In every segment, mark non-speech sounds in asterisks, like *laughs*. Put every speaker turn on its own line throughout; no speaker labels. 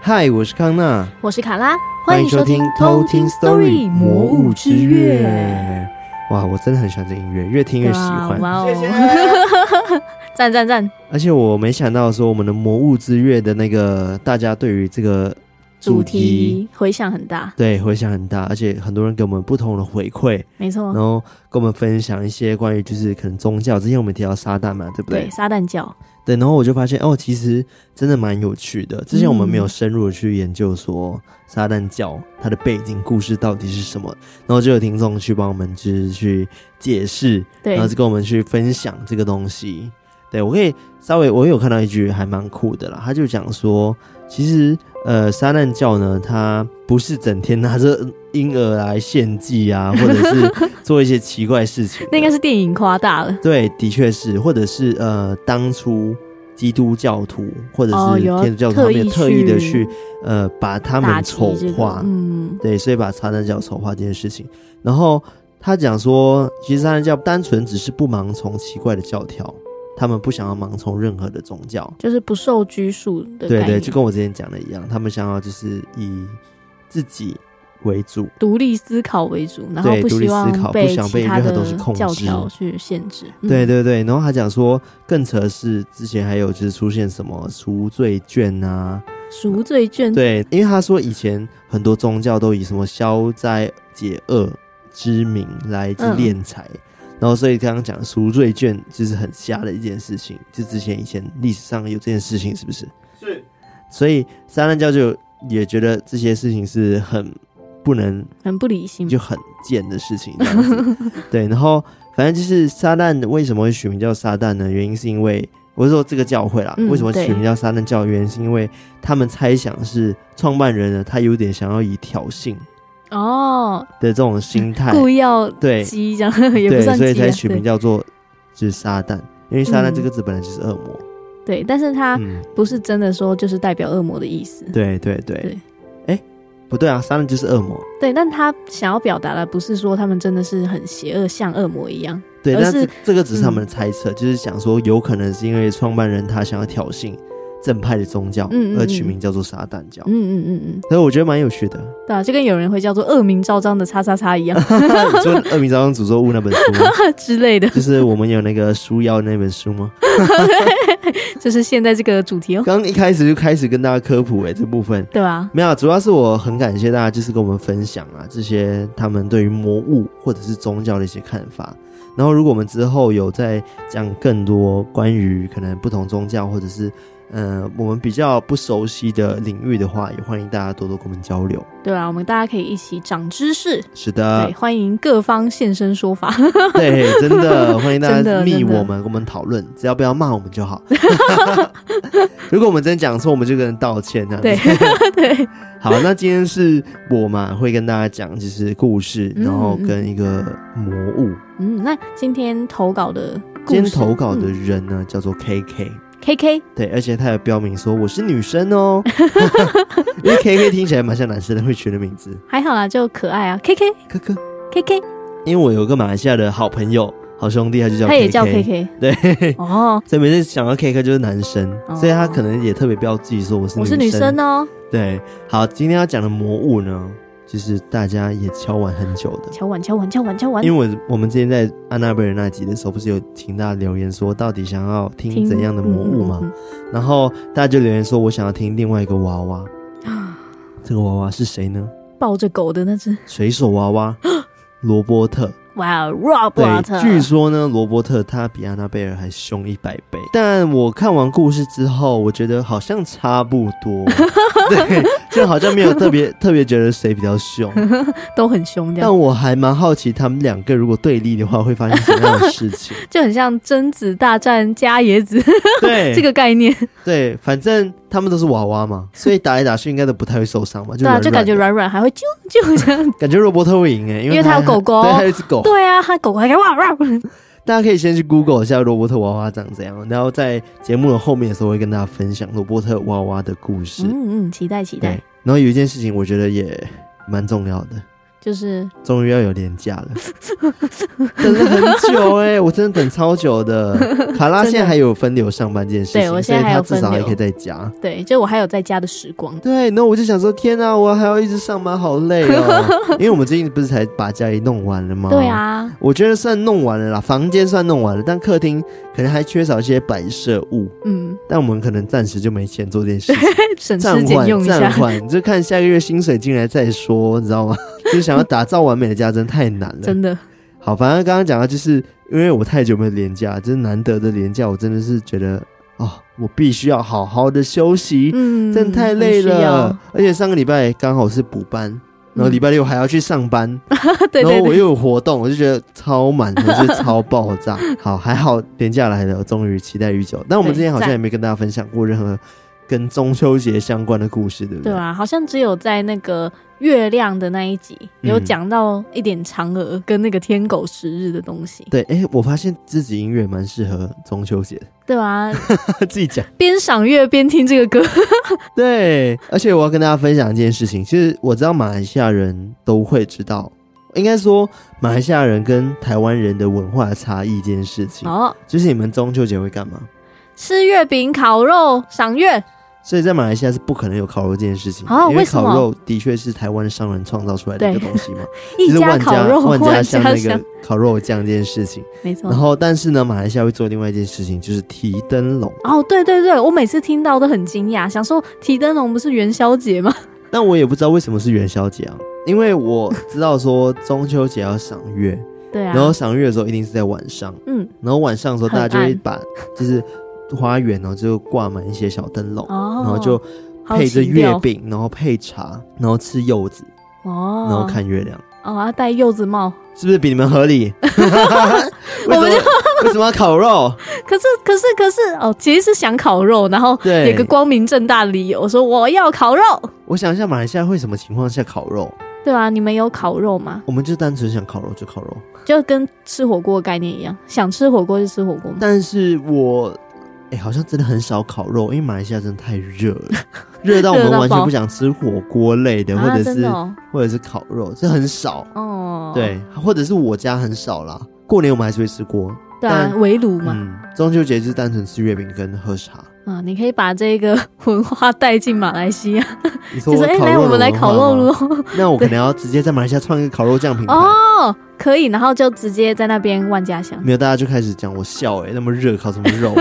嗨，我是康娜，
我是卡拉，欢迎收听《偷听 Story 魔物之月》。。
哇，我真的很喜欢这音乐，越听越喜欢。
哇哦！赞赞赞！
*laughs* 而且我没想到说我们的《魔物之月》的那个大家对于这个
主题回响很大，
对回响很大，而且很多人给我们不同的回馈，
没
然
错。
后跟我们分享一些关于就是可能宗教，之前我们提到撒旦嘛，对不对？
对，撒旦教。
对然后我就发现哦，其实真的蛮有趣的。之前我们没有
嗯
深入的去研究说撒旦教它的背景故事到底是什么，然后就有听众去帮我们就是去解释，
对
然后，就跟我们去分享这个东西。对我可以稍微，我有看到一句还蛮酷的啦，他就讲说，其实呃，撒旦教呢，他不是整天拿着婴儿来献祭啊，或者
*laughs*
是做一些奇怪事情的。
那应该是电影夸大了。
对，的确是，或者是呃，当初基督教徒或者
哦
是
有
天主教徒，他们有
特
特
意
意的
去
去呃把他
打
们
击
丑
这个
化，
嗯，
对，所以把撒旦教丑化这件事情。然后他讲说，其实撒旦教单纯只是不盲从奇怪的教条，他们不想要盲从任何的宗教。
就是不受拘束的
对
概
对，
念，
就跟我之前讲的一样，他们想要就是以自己为主。
独立思考为主，然后
对
不
独立
希
思考
望
不
被
想
其
被
他
任何
的
东西控制
教条去限制。嗯
对对对，然后他讲说，更扯的是之前还有就是出现什么赎罪券啊，
赎罪券，
对，因为他说以前很多宗教都以什么消灾解厄之名来去
嗯
敛财，然后所以刚刚讲赎罪券就是很瞎的一件事情，就之前以前历史上有这件事情是不是？
是，
所以撒旦教就也觉得这些事情是很不能
很不理性。
就很贱的事情，这样子。对，然后反正就是撒旦为什么会取名叫撒旦呢？原因是因为我是说这个教会啦，
嗯
为什么取名叫撒旦教？原因是因为他们猜想是创办人呢，他有点想要以挑衅
*laughs* 哦，
的这种心态，
故意要
对
激这样 *laughs* 也不
对，
算
所以
激啊
才取名叫做就是撒旦，因为
嗯
撒旦这个字本来就是恶魔。
对对，但是它
嗯，
不是真的说就是代表恶魔的意思。
对对对。哎，不对啊，撒旦就是恶魔。
对，但他想要表达的不是说他们真的是很邪恶，像恶魔一样。
对，
而
但
是嗯
是这个只是他们的猜测，就是想说，有可能是因为创办人他想要挑衅正派的宗教，
嗯嗯嗯
而取名叫做撒旦教。
嗯嗯嗯嗯，
所以我觉得蛮有趣的，
对啊，就跟有人会叫做恶名昭彰的叉叉叉一样
你
*laughs*
说《恶名昭彰诅咒物》那本书吗，
之类的， *laughs*
就是我们有那个书妖那本书吗？
就是现在这个主题哦，
刚一开始就开始跟大家科普哎、这部分
对啊吧？
没有，啊主要是我很感谢大家，就是跟我们分享啊这些他们对于魔物或者是宗教的一些看法。然后，如果我们之后有再讲更多关于可能不同宗教或者是呃我们比较不熟悉的领域的话，也欢迎大家多多跟我们交流。
对啊，我们大家可以一起长知识，
是的
对，，欢迎各方现身说法。 *laughs*
对，真的欢迎大
真的
家密
真的
我们，跟我们讨论，只要不要骂我们就
*laughs*
好。如果我们真讲错，我们就跟人道歉这样子
对对，
*laughs* 好，那今天是我嘛，会跟大家讲就是故事，
嗯
然后跟一个魔物。
嗯，那今天投稿的故
今
事
天
嗯
投稿的人呢、叫做 KK，
K K，
对，而且他有标明说我是女生哦， *laughs* 因为 KK 听起来蛮像男生的会取的名字，
还好啦，就可爱啊，K K
科科。
K K，
因为我有个马来西亚的好朋友、好兄弟，他就叫 KK，
他也叫 K K，
对，
哦，
所以每次想到 KK 就是男生，
哦
所以他可能也特别标记说我是
我是女生哦，
对，好，今天要讲的魔物呢，就是大家也敲完很久的，
敲碗敲碗敲碗敲碗，
因为我我们之前在安娜贝尔那集的时候，不是有请大家留言说，到底想要听怎样的魔物嘛？
嗯嗯
然后大家就留言说，我想要听另外一个娃娃，
嗯啊
这个娃娃是谁呢？
抱着狗的那只，
水手娃
*gasps*
娃罗伯特。
哇
对，据
，Robert，
说呢，罗伯特他比安娜贝尔还凶一百倍。但我看完故事之后，我觉得好像差不
*laughs*
多，对，就好像没有特别 *laughs* 特别觉得谁比较
*laughs*
凶。
都很凶，这样
但我还蛮好奇，他们两个如果对立的话，会发生什么样的事
*laughs*
情？
就很像贞子大战伽椰子
对，
这个概念，
对，反正他们都是娃娃嘛，所以打来打去应该都不太会受伤吧？就
对啊，就感觉
软软
软软，还会啾啾这样。
的感觉罗伯特会赢哎、因
因为他
他
有狗狗
*laughs* 对，他有一只狗。
对啊，它狗狗还可以哇哇。
大家可以先去 Google 一下罗伯特娃娃长怎样，然后在节目的后面的时候会跟大家分享罗伯特娃娃的故事。
嗯嗯，期待期
对
待，，
然后有一件事情我觉得也蛮重要的，
就是
终于要有廉价了， *laughs* 等了很久哎、
*laughs*
我真的等超久的。卡拉
真的
现在还有分流上班这件事情，
对我
所
现
以
在还
他
有
至少
分
还
流
可以在家。
对，就我还有在家的时光。
对，那我就想说，天啊，我还要一直上班，好累
*laughs*
哦。因为我们最近不是才把家里弄完了吗？
对，啊，
我觉得算弄完了啦，房间算弄完了，但客厅可能还缺少一些摆设物，
嗯，
但我们可能暂时就没钱做这
*laughs*
件事情。
省
暂
吃俭用
缓，
一
暂
下。
缓， *laughs* 就看下个月薪水进来再说，你 *laughs* 知道吗？就是想要打造完美的家，真的太难了。
真的，
好，反正刚刚讲到，就是因为我太久没有连假，就是难得的连假，我真的是觉得哦，我必须要好好的休息，
嗯，
真的太
很
累
需要 *laughs*
了。。而且上个礼拜刚好是补班，然后礼拜六还要去上班，
对
然
对
后我
对，
又有活动，我就觉得超满，我就是超爆
*laughs*
炸。好，还好连假来了，终于期待已久。但我们之前好像
对
也没跟大家分享过任何跟中秋节相关的故事，对不
对
对？
啊，好像只有在那个月亮的那一集有
嗯
讲到一点嫦娥跟那个天狗食日的
*laughs*
东西，
对，哎、我发现自己音乐蛮适合中秋节
*laughs*
的，
对啊，
自己讲。
边赏月边听这个歌，
对，而且我要跟大家分享一件事情，其实我知道马来西亚人都会知道，应该说马来西亚人跟台湾人的文化差异这件事情，
哦，
*laughs* 就是你们中秋节会干嘛？
吃月饼、烤肉、赏月，
所以在马来西亚是不可能有烤肉这件事情的，
哦
因为
为什么
烤肉的确是台湾的商人创造出来的一个
对
东西嘛，
*laughs* 一
就是
家
万
烤肉
万
万
香
家
那个
香，嗯
烤肉酱这件事情。
没错
然。后，但是呢，马来西亚会做另外一件事情，就是提灯笼。
哦，对对对，我每次听到都很惊讶，想说提灯笼不是元宵节
*laughs*
吗？
但我也不知道为什么是元宵节啊，因为我知道说中秋节要赏月，
对啊，
然后赏月的时候一定是在晚上，
嗯，
然后晚上的时候
很
大家就会
暗
把就是花园哦就挂满一些小灯笼，
哦，
然后就
好
配着
奇
月
妙
饼，然后配茶，然后吃柚子，
哦，
然后看月亮。
哦，要戴柚子帽，
是不是比你们合理？ *laughs*
我们就
为什么为什么要烤肉？
可是，可是，可是，哦，其实是想烤肉，然后
对
有个光明正大的理由说我要烤肉，
我想一下，马来西亚会什么情况下烤肉？
对啊，你们有烤肉吗？
我们就单纯想烤肉就烤肉。
就跟吃火锅的概念一样，想吃火锅就吃火锅嘛。
但是我，哎、好像真的很少烤肉，因为马来西亚真的太热了，
*laughs*
热到我们
热到
完全
爆
不想吃火锅类的，
啊，
或者
真
是、
的哦，
或者是烤肉，这很少。
哦，
对，或者是我家很少啦。过年我们还是会吃锅，
对啊，
但
围炉嘛，
嗯，中秋节就是单纯吃月饼跟喝茶。
啊，你可以把这个文化带进马来西亚，
你说
就
我
是哎，
烤
来
肉
我
的
们来
文
烤
化
肉
吗
喽，
那我可能要直接在马来西亚创一个烤肉酱品牌。
哦， *laughs* 可以，然后就直接在那边万家香，
没有，大家就开始讲我笑哎、那么热烤什么
*laughs*
肉？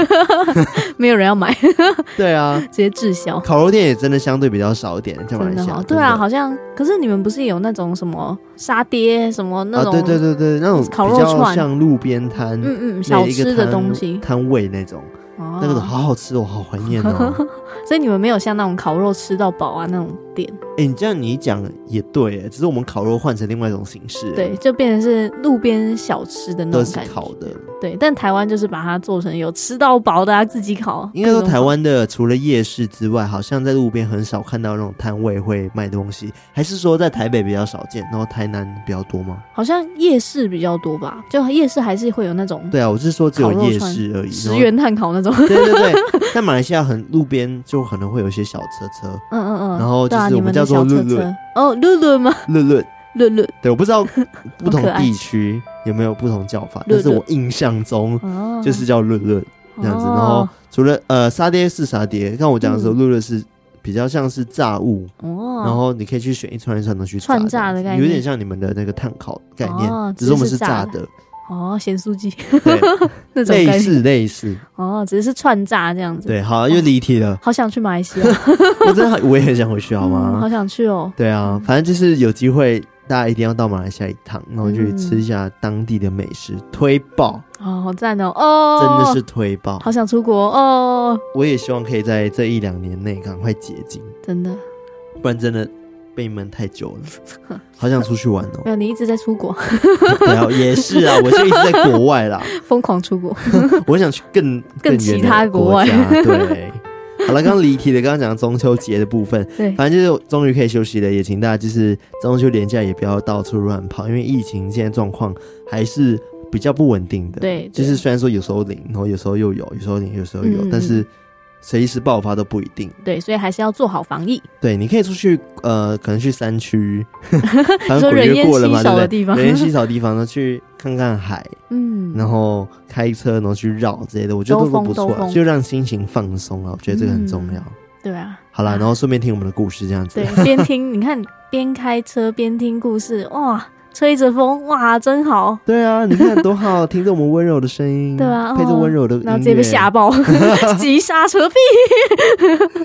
没有人要买， *laughs* 直
对啊，
接滞销。
烤肉店也真的相对比较少一点，在马来
真的
西亚。
好，对啊，
真的
好像可是你们不是有那种什么沙爹什么那
啊，
种，
对对对对，那种
烤肉
比较
串
像路边摊，
嗯嗯，
那
小
一个
吃的
摊
东西，
摊位那种，
哦
那个都好好吃哦，好怀念
*laughs*
哦。
所以你们没有像那种烤肉吃到饱啊那种店，
哎，你这样你一讲也对哎，只是我们烤肉换成另外一种形式，
对，，就变成是路边小吃的那
都
种
是
感觉。
烤的。
对，但台湾就是把它做成有吃到饱的、啊，自己烤。
应该说
各种
台湾的除了夜市之外，好像在路边很少看到那种摊位会卖东西，还是说在台北比较少见，然后台南比较多吗？
好像夜市比较多吧，就夜市还是会有那种
对啊，我是说只有
烤肉
夜
串
市而已，然
十
后
元碳
*laughs*
烤那种。
对对对，在马来西亚很路边就可能会有一些小车车，
嗯嗯嗯。
然后就
对啊，
是
你
我们
们
叫
的
做
小车
润
车。哦，露露吗？ *laughs*
乐乐。
露露。
对，我不知
*laughs*
道不同
可爱
地区有没有不同叫法，但
乐
是
乐
我印象中
哦，
*laughs* 就是叫乐乐这样子。然后
哦
除了呃沙爹是沙爹，刚我讲的时候，
嗯
乐乐是比较像是炸物，
哦，
然后你可以去选一串一串的去炸
串
这样
炸的
子
概
有
念
点像你们的那个炭烤概念
哦，
只是我们
只
是
是
炸
炸
的，
哦，咸酥鸡 *laughs*
对，
那种
类
感觉。
似类似，
哦，只是串炸这样子。，
对，好又离题
*laughs*
了，
好想去马来西亚，
我真的好我也很想回去， *laughs* 好吗？
嗯好想去哦。
对啊，反正就是有机会，大家一定要到马来西亚一趟，然后去吃一下当地的美食，推爆，
哦，好赞哦！哦，
真的是推爆。
好想出国哦，
我也希望可以在这一两年内赶快解禁，
真的
不然真的被闷太久了，好想出去玩
没
哦。
有你一直在出国， *laughs*
对啊，也是啊，我就一直在国外啦，
疯狂出国， *laughs*
我想去更
更
远
其
的
他国
国
外
家，对。 *laughs* 好了，刚刚离题了，刚刚讲中秋节的部分，
对
反正就是终于可以休息了，也请大家就是中秋连假也不要到处乱跑，因为疫情现在状况还是比较不稳定的。，
对，
就
对
是虽然说有时候零，然后有时候又有，有时候零，有时候有，
嗯嗯
但是随时爆发都不一定。
对，所以还是要做好防疫。
对，你可以出去，呃，可能去山区， *laughs* 反
你
正
说
鬼
人
月
烟
过了
稀
嘛，对
少的
不对？
地方，
人烟稀少的地方呢，去看看海，
*laughs* 嗯，
然后开车，然后去绕之类的，我觉得都
兜
都
风
不错
兜
啊，
风
就让心情放松啊，我觉得这个很重要。
对啊，
好啦，然后顺便听我们的故事，这样子
对。，边听你看边开车边听故事，哇，吹着风，哇，真好，
对啊，你看多好，听着我们温柔的声音，
对啊
配着
哦
温柔的音乐，
然后直接被吓
*laughs*
爆， *laughs* 急刹车，屁，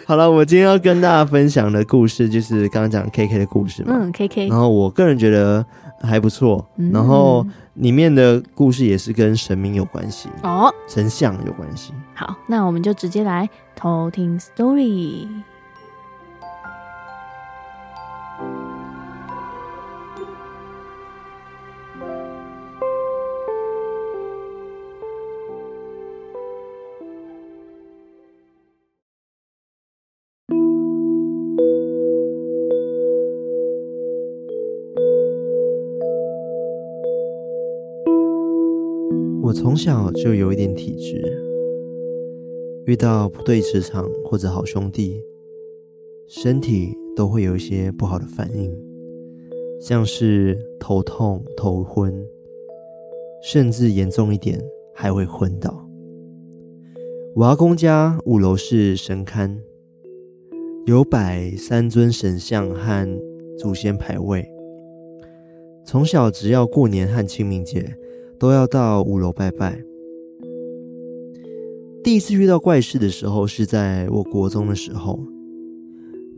好了，我今天要跟大家分享的故事就是刚刚讲 K K 的故事嘛，
嗯，K 嗯 K，
然后我个人觉得还不错，然后里面的故事也是跟神明有关系，
哦，
神像有关系。
好，那我们就直接来偷听 story。
我从小就有一点体质，遇到不对磁场或者好兄弟，身体都会有一些不好的反应，像是头痛、头昏，甚至严重一点还会昏倒。我阿公家五楼是神龛，有摆三尊神像和祖先牌位。从小只要过年和清明节，都要到五楼拜拜。第一次遇到怪事的时候是在我国中的时候，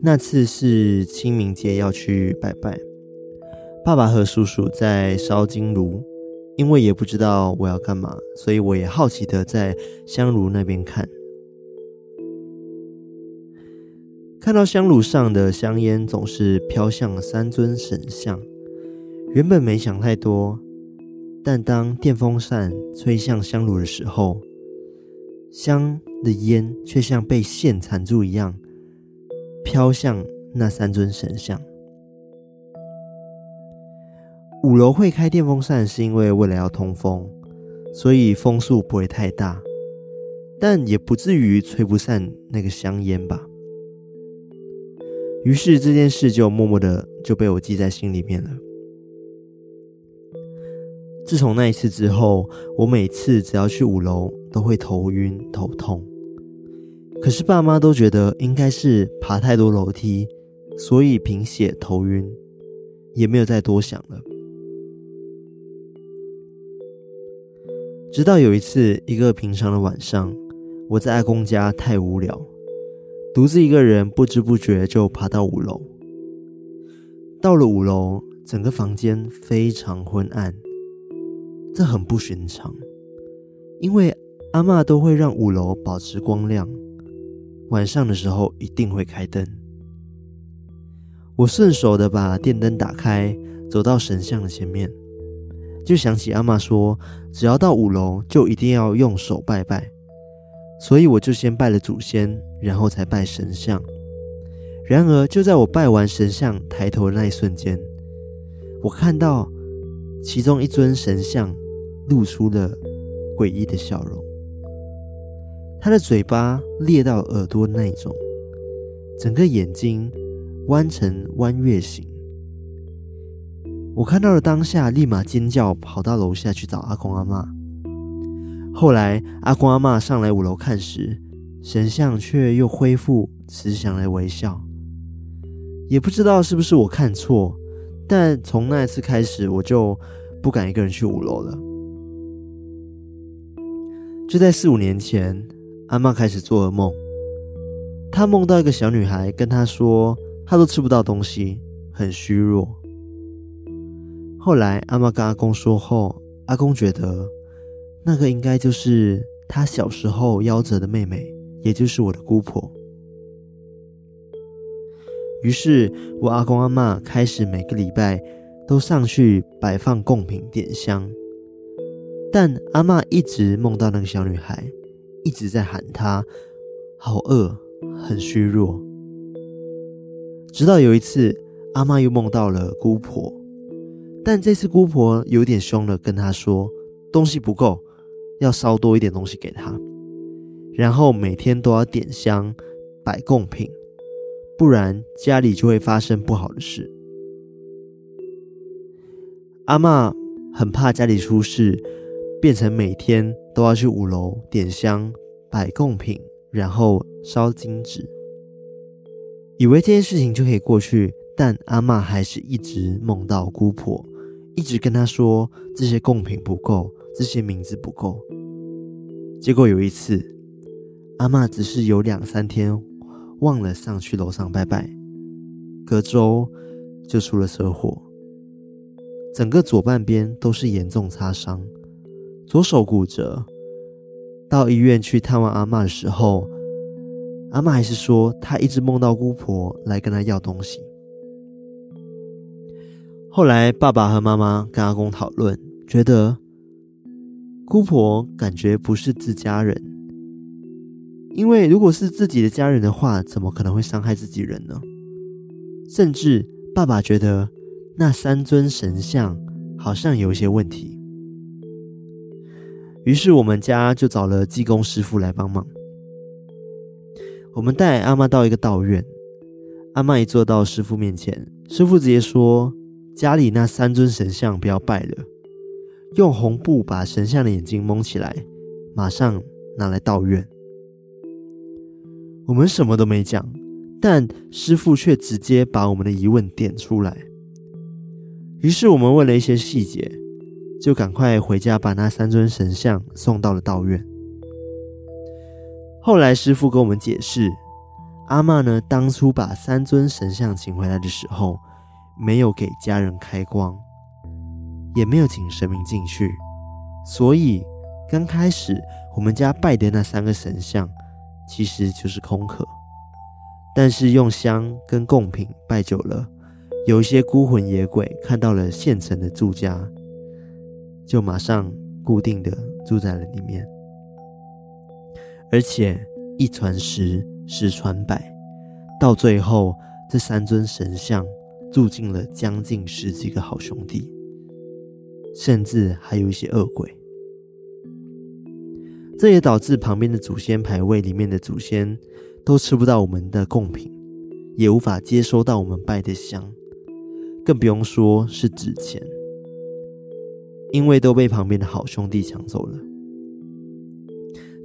那次是清明节要去拜拜，爸爸和叔叔在烧金炉，因为也不知道我要干嘛，所以我也好奇的在香炉那边看。看到香炉上的香烟总是飘向三尊神像，原本没想太多，但当电风扇吹向香炉的时候，香的烟却像被线缠住一样，飘向那三尊神像。五楼会开电风扇是因为为了要通风，所以风速不会太大，但也不至于吹不散那个香烟吧。于是这件事就默默的就被我记在心里面了。自从那一次之后，我每次只要去五楼都会头晕头痛。可是爸妈都觉得应该是爬太多楼梯，所以贫血头晕，也没有再多想了。直到有一次，一个平常的晚上，我在阿公家太无聊，独自一个人不知不觉就爬到五楼。到了五楼，整个房间非常昏暗，这很不寻常，因为阿嬷都会让五楼保持光亮，晚上的时候一定会开灯。我顺手的把电灯打开，走到神像的前面，就想起阿嬷说，只要到五楼就一定要用手拜拜，所以我就先拜了祖先，然后才拜神像。然而，就在我拜完神像抬头的那一瞬间，我看到其中一尊神像露出了诡异的笑容，他的嘴巴裂到耳朵那一种，整个眼睛弯成弯月形。我看到了当下，立马尖叫，跑到楼下去找阿公阿妈。后来，阿公阿妈上来五楼看时，神像却又恢复慈祥的微笑。也不知道是不是我看错，但从那一次开始，我就不敢一个人去五楼了。就在四五年前，阿嬷开始做噩梦，她梦到一个小女孩跟她说，她都吃不到东西，很虚弱。后来阿嬷跟阿公说后，阿公觉得那个应该就是她小时候夭折的妹妹，也就是我的姑婆。于是，我阿公阿嬷开始每个礼拜都上去摆放贡品点香，但阿嬷一直梦到那个小女孩，一直在喊她“好饿，很虚弱。直到有一次，阿妈又梦到了姑婆，但这次姑婆有点凶了，跟她说东西不够，要烧多一点东西给她，然后每天都要点香摆贡品，不然家里就会发生不好的事。阿妈很怕家里出事，变成每天都要去五楼点香、摆贡品，然后烧金纸，以为这件事情就可以过去，但阿妈还是一直梦到姑婆，一直跟她说这些贡品不够，这些名字不够。结果有一次，阿妈只是有两三天忘了上去楼上拜拜，隔周就出了车祸。整个左半边都是严重擦伤，左手骨折。到医院去探望阿嬷的时候，阿嬷还是说她一直梦到姑婆来跟她要东西。后来爸爸和妈妈跟阿公讨论，觉得姑婆感觉不是自家人，因为如果是自己的家人的话，怎么可能会伤害自己人呢？甚至爸爸觉得那三尊神像好像有一些问题。于是我们家就找了技工师傅来帮忙。我们带阿妈到一个道院，阿妈一坐到师傅面前，师傅直接说：“家里那三尊神像不要拜了，用红布把神像的眼睛蒙起来，马上拿来道院。”我们什么都没讲，但师傅却直接把我们的疑问点出来。于是我们问了一些细节，就赶快回家把那三尊神像送到了道院。后来师傅跟我们解释，阿嬷呢当初把三尊神像请回来的时候，没有给家人开光，也没有请神明进去，所以刚开始我们家拜的那三个神像其实就是空壳。但是用香跟贡品拜久了，有一些孤魂野鬼看到了现成的住家，就马上固定的住在了里面，而且一传十，十传百，到最后这三尊神像住进了将近十几个好兄弟，甚至还有一些恶鬼。这也导致旁边的祖先牌位里面的祖先都吃不到我们的贡品，也无法接收到我们拜的香。更不用说是纸钱，因为都被旁边的好兄弟抢走了。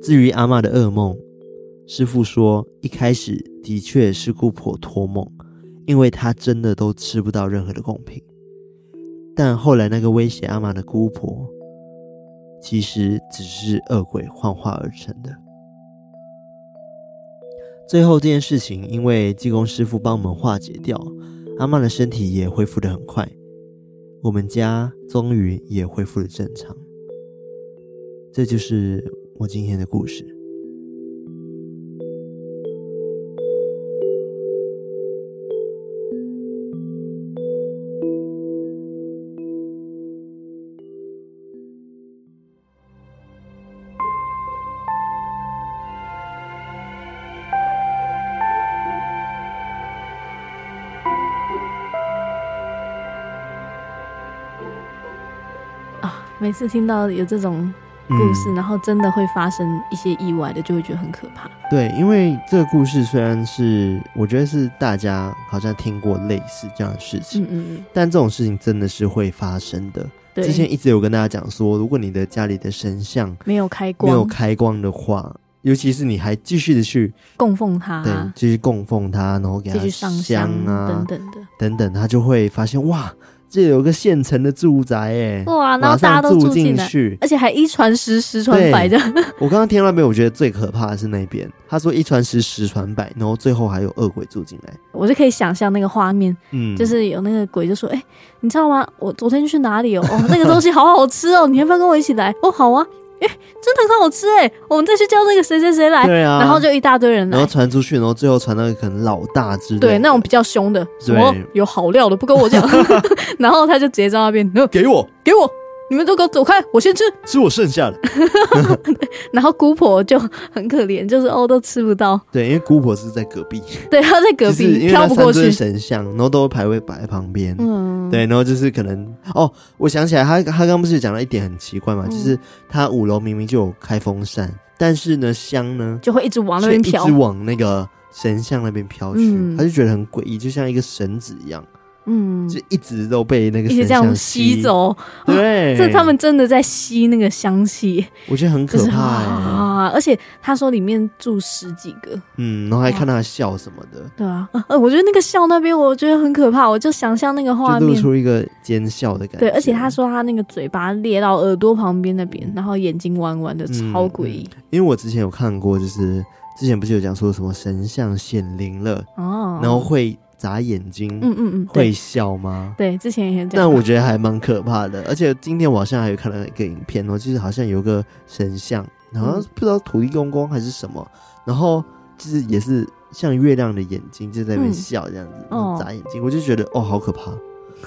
至于阿嬷的噩梦，师傅说一开始的确是姑婆托梦，因为她真的都吃不到任何的贡品。但后来那个威胁阿嬷的姑婆，其实只是恶鬼幻化而成的。最后这件事情，因为济公师傅帮我们化解掉，阿嬷的身体也恢复得很快，我们家终于也恢复了正常。这就是我今天的故事。
啊，每次听到有这种故
嗯
事，然后真的会发生一些意外的，就会觉得很可怕。
对，因为这个故事虽然是我觉得是大家好像听过类似这样的事情，
嗯嗯嗯，
但这种事情真的是会发生的。
对，
之前一直有跟大家讲说，如果你的家里的神像
没有开
没
光，
有开光的话，尤其是你还继续的去
供奉它，
对，继续供奉它，然后给
啊继
它
续上
香啊
等等的。
等等，他就会发现哇，这有个现成的住宅哎，
哇，啊然
马
后大
上
家都住
进
进来，
去。
而且还一传十，十传百
对
的。
我刚刚听到那边，我觉得最可怕的是那边，他说一传十，十传百，然后最后还有恶鬼住进来。
*laughs* 我就可以想象那个画面，
嗯，
就是有那个鬼就说：“哎、你知道吗？我昨天去哪里哦？哦，那个东西好好吃哦，你 *laughs* 要不要跟我一起来？哦，好啊，哎、真的很好吃哎，我们再去叫那个谁谁谁来。
对啊，
然后就一大堆人
然后
来。
传出去，然后最后传到可能老大之类的。
对，那种比较凶
*laughs*
*laughs* 的，什么有好料的不跟我讲，然后他就直接在那边，呃
给我
给我，你们都给我走开，我先吃。
是我剩下的。
然后姑婆就很可怜，就是哦都吃不到，
*laughs* 对，因为姑婆是在隔壁，
对，她在 *laughs* 隔
就是因
壁
为那
飘不过
三尊
去。
神像，然后都排位摆在旁边。
嗯，
对，然后就是可能哦，我想起来他，他刚刚不是讲了一点很奇怪嘛，
嗯
就是他五楼明明就有开风扇，但是呢香呢
就会一直往那
却
边
一
飘
直。往那个神像那边飘去，
嗯
他就觉得很诡异，就像一个绳子一样，
嗯，
就一直都被那个
一直
神
这样
像
吸。走，
对，
*laughs* 这他们真的在吸那个香气，
我觉得很
就
可
是
怕、欸。
啊！而且他说里面住十几个，
嗯，然后还看他笑什么的，
对啊，啊呃，我觉得那个笑那边我觉得很可怕，我就想象那个画
就露
面。嗯
出一个奸笑的感觉。
对，而且他说他那个嘴巴裂到耳朵旁边那边，然后眼睛弯弯的，
嗯
超诡异
因为我之前有看过，就是之前不是有讲说什么神像显灵了，
哦。
然后会眨眼睛，
嗯嗯嗯，
会
对
笑吗？
对，之前也有讲
但我觉得还蛮可怕的，而且今天晚上还有看到一个影片哦，就是好像有个神像，好像
嗯
不知道土地公公还是什么，然后就是也是像月亮的眼睛，就在那边
嗯
笑这样子，然
哦
后眨眼睛，我就觉得哦，好可怕。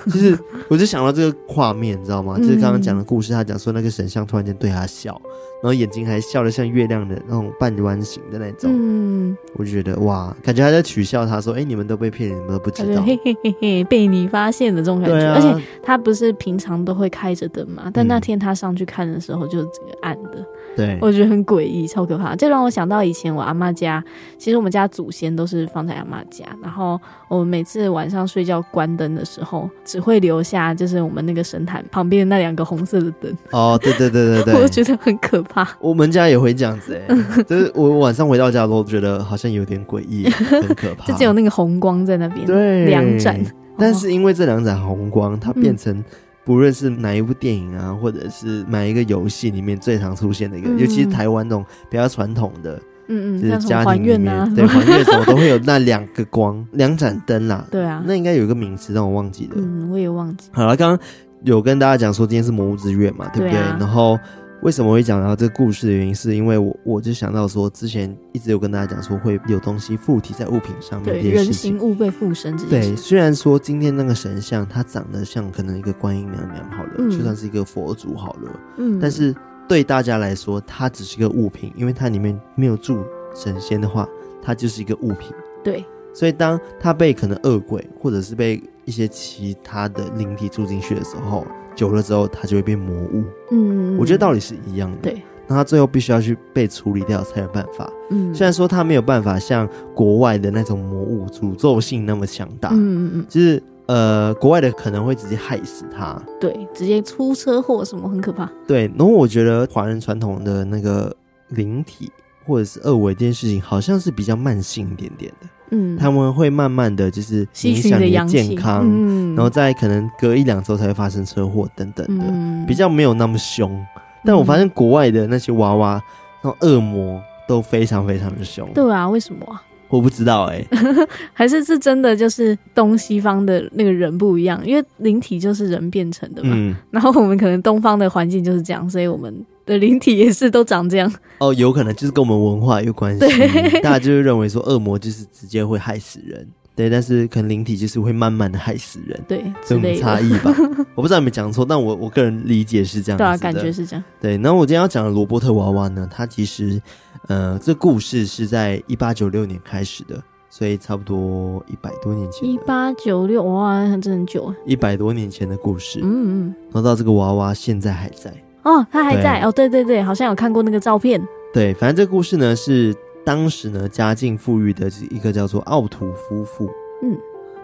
就是
*laughs*
我就想到这个画面，你知道吗？
嗯
就是刚刚讲的故事，他讲说那个神像突然间对他笑，然后眼睛还笑得像月亮的那种半弯形的那种，
嗯，
我就觉得哇，感觉他在取笑他说：“哎、你们都被骗，你们都不
他
知
就
道。
嘿嘿嘿嘿被你发现的这种”感
对
觉，
啊，
而且他不是平常都会开着灯嘛，但
嗯
那天他上去看的时候就是整个暗的，
对，
我觉得很诡异，超可怕。这让我想到以前我阿妈家，其实我们家祖先都是放在阿妈家，然后我们每次晚上睡觉关灯的时候，只会留下就是我们那个神坛旁边的那两个红色的灯，
哦，对对对对对，
*laughs* 我就觉得很可怕。
我们家也会这样子哎、
嗯
*laughs* 就是我晚上回到家都觉得好像有点诡
*laughs*
异，很可怕。
就只有那个红光在那边，
对
两盏，
但是因为这两盏红光，它
嗯
变成不论是哪一部电影啊，或者是哪一个游戏里面最常出现的一个，
嗯
尤其是台湾那种比较传统的，
嗯
就是
嗯，像什么
家
还
庭里
愿
面，
啊，
对还愿什么都会有那两个
*laughs*
光，两盏灯啦。
对啊
那应该有一个名词，但我忘记了。
嗯，我也忘记，
好了，刚刚有跟大家讲说今天是魔物之月嘛，对不对？
对啊
然后为什么会讲到这个故事的原因，是因为我我就想到说，之前一直有跟大家讲说会有东西附体在物品上面
对，
这件事
人
情
形。物被附身这件
对，
事，
虽然说今天那个神像它长得像可能一个观音娘娘好了，
嗯
就算是一个佛祖好了，
嗯，
但是对大家来说，它只是一个物品，因为它里面没有住神仙的话，它就是一个物品。
对，
所以当他被可能恶鬼或者是被一些其他的灵体住进去的时候，久了之后他就会变魔物。
嗯，
我觉得道理是一样的。
对，
那他最后必须要去被处理掉才有办法。
嗯，
虽然说他没有办法像国外的那种魔物诅咒性那么强大，
嗯嗯嗯，
就是呃，国外的可能会直接害死他。
嗯对，直接出车祸什么很可怕，
对，然后我觉得华人传统的那个灵体或者是恶鬼这件事情，好像是比较慢性一点点的。
嗯，
他们会慢慢的就是
吸
影
取
响
的
你的
阳气，
健康，
嗯，
然后再可能隔一两周才会发生车祸等等的，
嗯
比较没有那么凶。但我发现国外的那些娃娃，那种恶魔都非常非常的凶。
对啊，为什么啊？
我不知道哎、
*laughs* 还是是真的，就是东西方的那个人不一样，因为灵体就是人变成的嘛。
嗯，
然后我们可能东方的环境就是这样，所以我们的灵体也是都长这样。
哦，有可能就是跟我们文化有关系，嗯大家就会认为说恶魔就是直接会害死人，对，但是可能灵体就是会慢慢的害死人。
对，
这
之
种
类
嗯差
的，
异吧，我不知道有没有讲错，但我我个人理解是这样子
对
的。
啊，感觉是这样。
对，那我今天要讲的罗伯特娃娃呢，它其实，呃，这故事是在一八九六年开始的，所以差不多一百多年前
一
的，
八九六，哇，真的很久。
一百多年前的故事。
嗯嗯，
然后到这个娃娃现在还在。
哦，他还在
对
哦，对对对，好像有看过那个照片。
对，反正这个故事呢是当时呢家境富裕的一个叫做奥土夫妇，
嗯，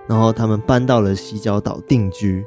然后他们搬到了西郊岛定居。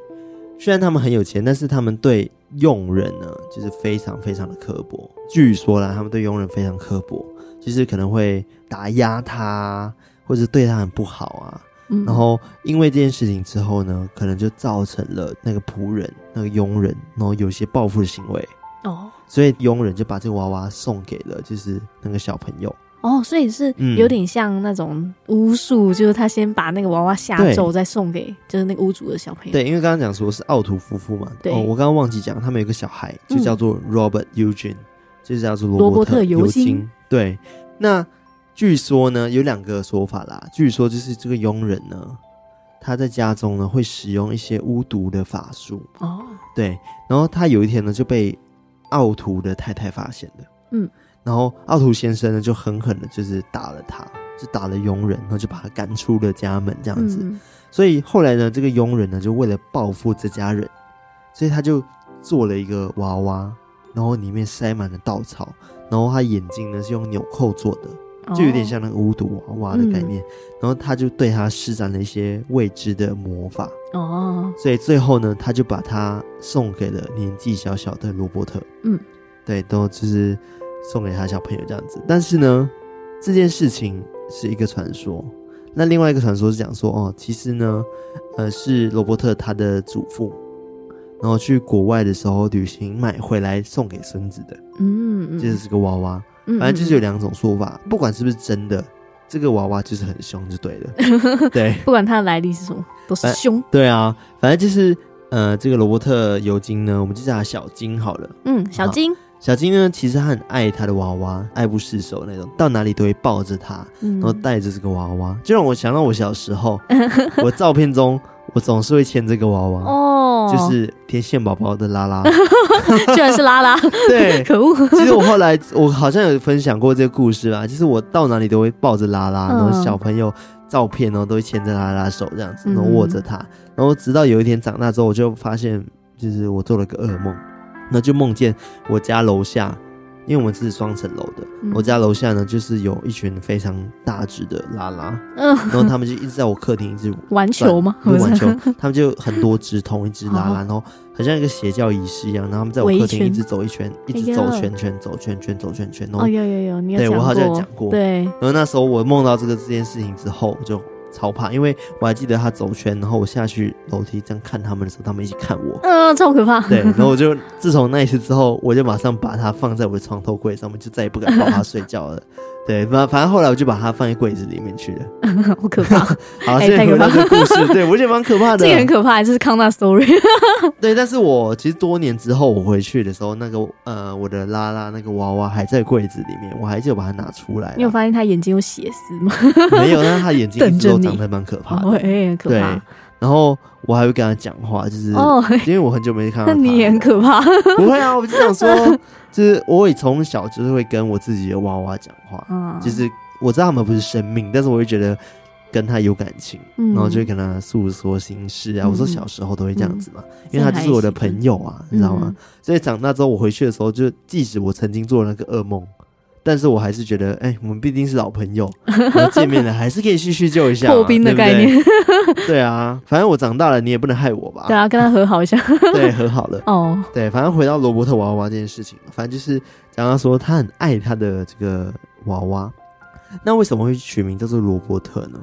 虽然他们很有钱，但是他们对佣人呢，就是非常非常的刻薄。据说啦，他们对佣人非常刻薄，就是可能会打压他啊，或者对他很不好啊。
嗯，
然后因为这件事情之后呢，可能就造成了那个仆人、那个佣人，然后有一些报复的行为。
哦
所以佣人就把这个娃娃送给了就是那个小朋友，
哦，所以是
嗯
有点像那种巫术，就是他先把那个娃娃下
对
咒，再送给就是那个屋主的小朋友。
对，因为刚刚讲说是奥图夫妇嘛，
对嗯
哦，我刚刚忘记讲，他们有个小孩就叫做 Robert Eugene，、就是叫做
罗伯
伯
特尤
尤
金
金。对，那据说呢有两个说法啦，据说就是这个佣人呢，他在家中呢会使用一些巫毒的法术，
哦，
对，然后他有一天呢就被奥图的太太发现了，
嗯，
然后奥图先生呢就狠狠的就是打了他，就打了佣人，然后就把他赶出了家门这样子，
嗯
所以后来呢，这个佣人呢，就为了报复这家人，所以他就做了一个娃娃，然后里面塞满了稻草，然后他眼睛呢是用纽扣做的，
嗯
就有
哦
点像那个巫毒娃娃的概念。然后他就对他施展了一些未知的魔法，
哦哦，
所以最后呢，他就把他送给了年纪小小的罗伯特。
嗯，
对，都就是送给他小朋友这样子。但是呢，这件事情是一个传说。那另外一个传说是讲说，哦，其实呢，呃，是罗伯特他的祖父，然后去国外的时候旅行买回来送给孙子的，
嗯嗯，
这就是个娃娃。
嗯
反正就是有
嗯
两种说法，不管是不是真的，这个娃娃就是很凶就对
*laughs*
了。对
嗯不管它的来历是什么，都是
反
凶。
对啊，反正就是呃，这个罗伯特尤金呢，我们就叫他小金好了。
嗯，小金，
小金呢，其实他很爱他的娃娃，爱不释手那种，到哪里都会抱着他，
嗯
然后带着这个娃娃，就让我想到我小时
*laughs*
候，我照片中我总是会牵这个娃娃，
哦，
就是天线宝宝的拉
*laughs*
拉。
居然是
*laughs*
拉拉，
对，
可 *laughs* 恶。
其实我后来我好像有分享过这个故事啦，就是我到哪里都会抱着拉拉，
嗯
然后小朋友照片然后都会牵着拉拉手这样子，
嗯
然后握着它，然后直到有一天长大之后，我就发现就是我做了个噩梦，那就梦见我家楼下。因为我们是双层楼的，
嗯
我家楼下呢就是有一群非常大只的拉拉，
嗯，
然后他们就一直在我客厅一直
玩球吗？
不是玩球，他们就很多只同一只拉拉，然后很像一个邪教仪式一样，然后他们在我
哦围一
客厅一
圈
直走一圈，一
哎
直
呀
走圈圈，走圈圈，走圈圈，然后
哦，有有有，你有
对
讲
我
过，
好像有讲过
对，。
然后那时候我梦到这个这件事情之后，我就超怕，因为我还记得他走圈，然后我下去楼梯这样看他们的时候，他们一起看我
*laughs* 嗯，超可怕。
对，然后我就自从那一次之后，我就马上把它放在我的床头柜上面，就再也不敢抱它睡觉了。对，反反正后来我就把它放在柜子里面去了。
好可怕，
*laughs* 好，
哎
现在
太可
回到
怕
这个故事，对我觉得蛮可怕的。
*laughs* 这个很可怕，这是康纳 story。
对，啊但是我其实多年之后我回去的时候，那个呃我的拉拉那个娃娃还在柜子里面，我还是有把它拿出来啦。
你有发现他眼睛有血丝吗？
*laughs* 没有？但是它眼睛一直都
等着
长
你
得蛮可怕的。
哦， *laughs* 哎，很可
对
怕。，
然后我还会跟他讲话，就是、
哦，嘿
因为我很久没看到
那
他。
你也很可怕。
不会啊，我就想
*laughs*
说，就是我也从小就是会跟我自己的娃娃讲话，
嗯，
就是我知道他们不是生命，但是我会觉得跟他有感情。
嗯，
然后就会跟他诉说心事啊。
嗯
我说小时候都会这样子嘛，因为他就是我的朋友啊，你
嗯
知道吗？所以长大之后我回去的时候，就即使我曾经做了那个噩梦，但是我还是觉得，哎、我们毕竟是老朋
*laughs*
友，然后见面了还是可以叙叙旧一下嘛，
破冰的概念
对不 *laughs* 对。对啊，反正我长大了，你也不能害我吧？
对啊，跟他和好一下。
对，和好了。
哦，
对，反正回到罗伯特娃娃这件事情，反正就是讲到说他很爱他的这个娃娃，那为什么会取名叫做罗伯特呢？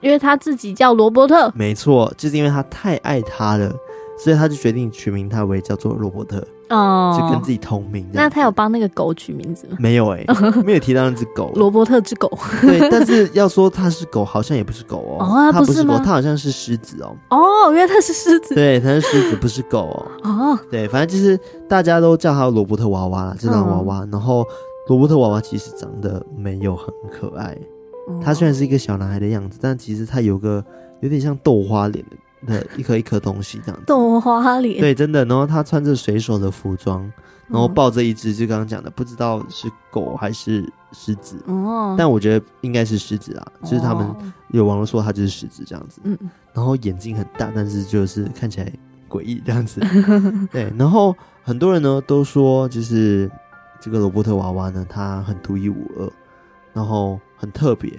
因为他自己叫罗伯特。
没错，就是因为他太爱他了，所以他就决定取名他为叫做罗伯特，
哦，
就跟自己同名这样。
那他有帮那个狗取名字吗？
没有
*laughs*
哎、没有提到那只狗。
罗伯特之狗。
对，但是要说它是狗，好像也不是狗哦。
哦
它
不
不
是
狗，
吗
它好像是狮子哦。
哦，原来他是狮子。
对，它是狮子，不是狗
*laughs*
哦。
哦，
对，反正就是大家都叫它罗伯特娃娃啦，这张娃娃。
嗯
然后罗伯特娃娃其实长得没有很可爱，
哦
他虽然是一个小男孩的样子，但其实他有个有点像豆花脸的的一颗一颗东西这样子。
豆花脸，
对，真的。然后他穿着水手的服装，
嗯，
然后抱着一只，就刚刚讲的，不知道是狗还是狮子，
哦，
但我觉得应该是狮子啊，就是他们
哦
有网络说它就是狮子这样子。
嗯
*laughs*
嗯
然后眼睛很大，但是就是看起来诡异这样
*laughs*
子。对，然后很多人呢都说，就是这个罗伯特娃娃呢，它很独一无二，然后很特别，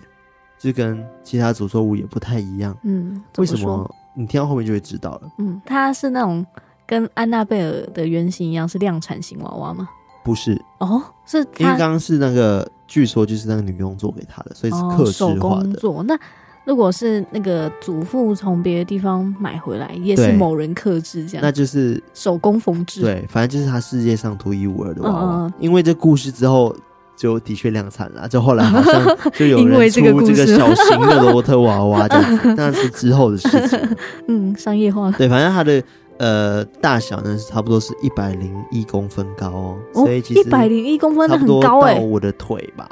就跟其他诅咒物也不太一样。
嗯，怎
为什
说
么？你听到后面就会知道了，
嗯，它是那种跟安娜贝尔的原型一样，是量产型娃娃吗？
不是
哦，是
因为
它
刚刚是那个，据说就是那个女佣做给他的，所以是
哦
克制
手
化
工
的。
做。那如果是那个祖父从别的地方买回来，也是
对
某人克制这
那
样，
就是
手工缝制。，
对，反正就是他世界上独一无二的娃娃。
嗯嗯
因为这故事之后，就的确量产了。就后来好
*laughs*
像就有
因为
人
这个
出
故
这个
事
小型的罗伯特娃娃这样子，那是之后的事情了。
嗯，商业化。
对，反正它的呃大小呢，是差不多是一百零一公分高哦，
哦
所以，其
一
实
百零一公分，
差
那
不多
很高
到
哎、
我的腿吧。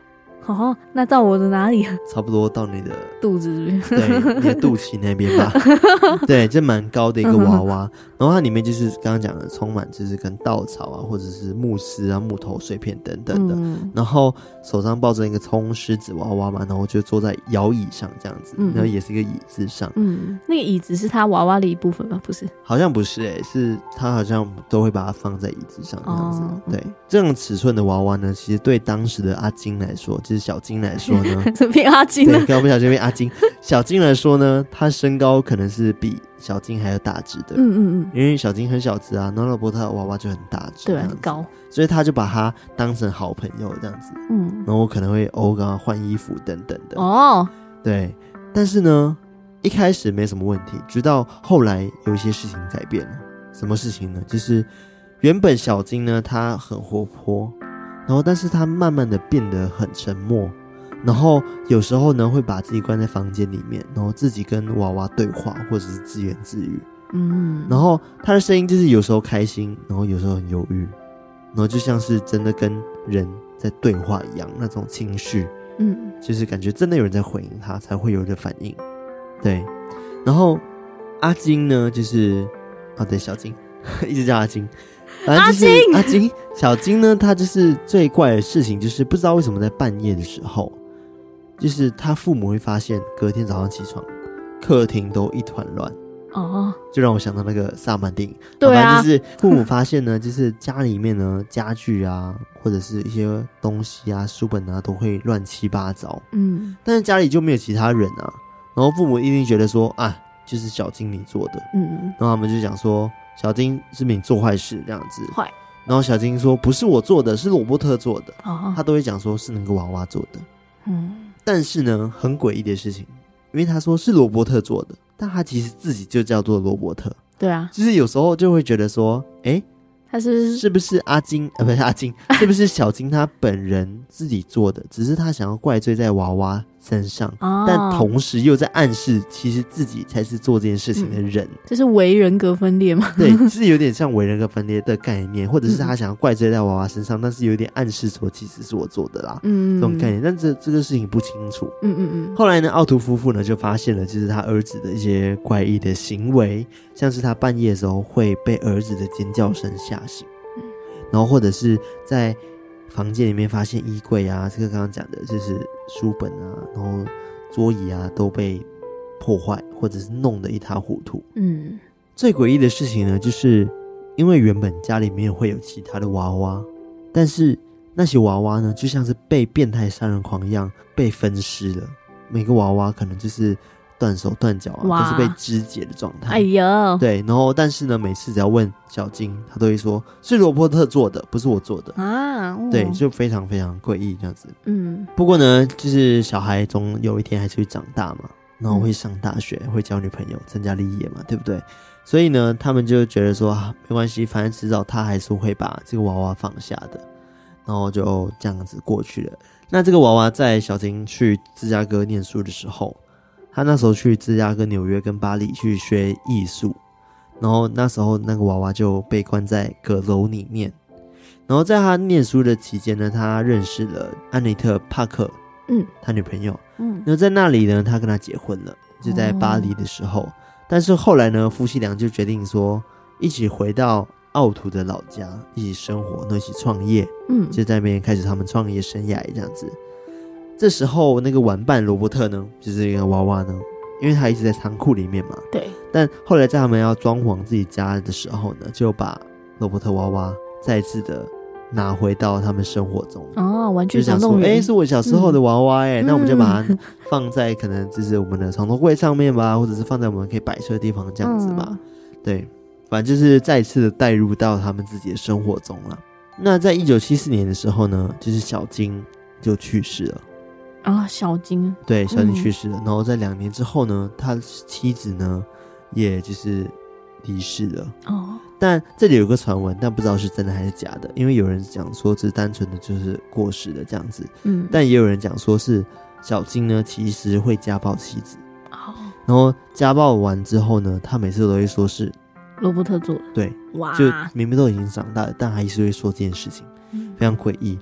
哦，那到我的哪里？啊
差不多到你的
肚子是不是？
对你的肚脐那边
*laughs*
吧，对，这蛮高的一个娃
嗯
娃，然后它里面就是刚刚讲的充满就是跟稻草啊或者是木丝啊木头碎片等等的，
嗯
然后手上抱着一个葱狮子娃娃嘛，然后就坐在摇椅上这样子，
嗯
然后也是一个椅子上，
嗯，那个椅子是他娃娃的一部分吗？不是，
好像不是诶、是它好像都会把它放在椅子上这样子。
哦
对，这种尺寸的娃娃呢，其实对当时的阿金来说，就是小金来说
*laughs*
呢，
这变阿金
对，
了
刚。刚不小心被阿金， *laughs* 小金来说呢，他身高可能是比小金还要大只的。
嗯嗯嗯，
因为小金很小只啊，然后老伯特的娃娃就很大只，
对，啊
这样
很
子，
高。
所以他就把他当成好朋友这样子，
嗯，
然后我可能会偶尔跟他换衣服等等的。
哦，
对，但是呢，一开始没什么问题，直到后来有一些事情改变了。什么事情呢？就是原本小金呢，他很活泼，然后但是他慢慢的变得很沉默，然后有时候呢会把自己关在房间里面，然后自己跟娃娃对话或者是自言自语，
嗯，
然后他的声音就是有时候开心，然后有时候很忧郁，然后就像是真的跟人在对话一样，那种情绪。
嗯
就是感觉真的有人在回应他，才会有的反应。对，然后阿金呢，就是啊，对，小金 *laughs* 一直叫阿金，反正就是阿金，小金呢，他就是最怪的事情，就是不知道为什么在半夜的时候，就是他父母会发现隔天早上起床，客厅都一团乱。
哦，
就让我想到那个萨满电影，
对
好吧
啊，
就是父母发现呢，就是家里面呢家具啊，或者是一些东西啊、书本啊，都会乱七八糟。
嗯
但是家里就没有其他人啊。然后父母一定觉得说啊，就是小金你做的，
嗯
然后他们就讲说小金是不是你做坏事这样子。
坏。
然后小金说不是我做的，是罗伯特做的，他
哦，
都会讲说是那个娃娃做的。
嗯
但是呢，很诡异的事情，因为他说是罗伯特做的，但他其实自己就叫做罗伯特。
对啊，
就是有时候就会觉得说，哎，
他是不是
是不是阿金？呃，不是阿金，是不是小金他本人自己做的？只是他想要怪罪在娃娃身上。
哦，
但同时又在暗示，其实自己才是做这件事情的人。
这是为人格分裂吗？
对，就是有点像为人格分裂的概念，或者是他想要怪罪在娃娃身上，但是有点暗示说其实是我做的啦，
嗯，
这种概念。但这这个事情不清楚。
嗯嗯嗯，
后来呢，奥图夫妇呢就发现了，就是他儿子的一些怪异的行为，像是他半夜的时候会被儿子的尖叫声吓醒，然后或者是在房间里面发现衣柜啊，这个刚刚讲的就是书本啊，然后桌椅啊都被破坏，或者是弄得一塌糊涂。
嗯
最诡异的事情呢，就是因为原本家里面会有其他的娃娃，但是那些娃娃呢，就像是被变态杀人狂一样被分尸了。每个娃娃可能就是断手断脚啊，都
哇
是被肢解的状态。
哎呦，
对，然后但是呢，每次只要问小金，他都会说是罗伯特做的，不是我做的。
啊，哦
对，就非常非常诡异这样子。
嗯
不过呢，就是小孩总有一天还是会长大嘛，然后会上大学，会交女朋友，成家立业嘛，对不对？所以呢，他们就觉得说啊，没关系，反正迟早他还是会把这个娃娃放下的，然后就这样子过去了。那这个娃娃在小婷去芝加哥念书的时候，他那时候去芝加哥、纽约跟巴黎去学艺术，然后那时候那个娃娃就被关在阁楼里面。然后在他念书的期间呢，他认识了安妮特·帕克，
嗯，
他女朋友。
嗯，
然后在那里呢，他跟他结婚了，就在巴黎的时候。
哦
但是后来呢，夫妻俩就决定说，一起回到奥图的老家，一起生活，然后一起创业，
嗯
就在那边开始他们创业生涯这样子。这时候，那个玩伴罗伯特呢，就是一个娃娃呢，因为他一直在仓库里面嘛，
对，
但后来在他们要装潢自己家的时候呢，就把罗伯特娃娃再次的拿回到他们生活中。
哦，玩
就
具
想
总
说
动，
哎、
员，
是我小时候的娃娃、哎、
嗯
那我们就把它放在可能就是我们的床头柜上面
嗯
吧，或者是放在我们可以摆设的地方这样子吧。对，反正就是再次的带入到他们自己的生活中了。那在一九七四年的时候呢，就是小金就去世了。
嗯啊，小金，
对，小金
嗯
去世了。然后在两年之后呢，他妻子呢，也就是离世了。
哦，
但这里有个传闻，但不知道是真的还是假的，因为有人讲说只是单纯的就是过世的这样子，
嗯，
但也有人讲说是小金呢其实会家暴妻子，
哦，
然后家暴完之后呢，他每次都会说是
罗伯特做的，
对，
哇，
就明明都已经长大了，但还是会说这件事情，
嗯
非常诡异。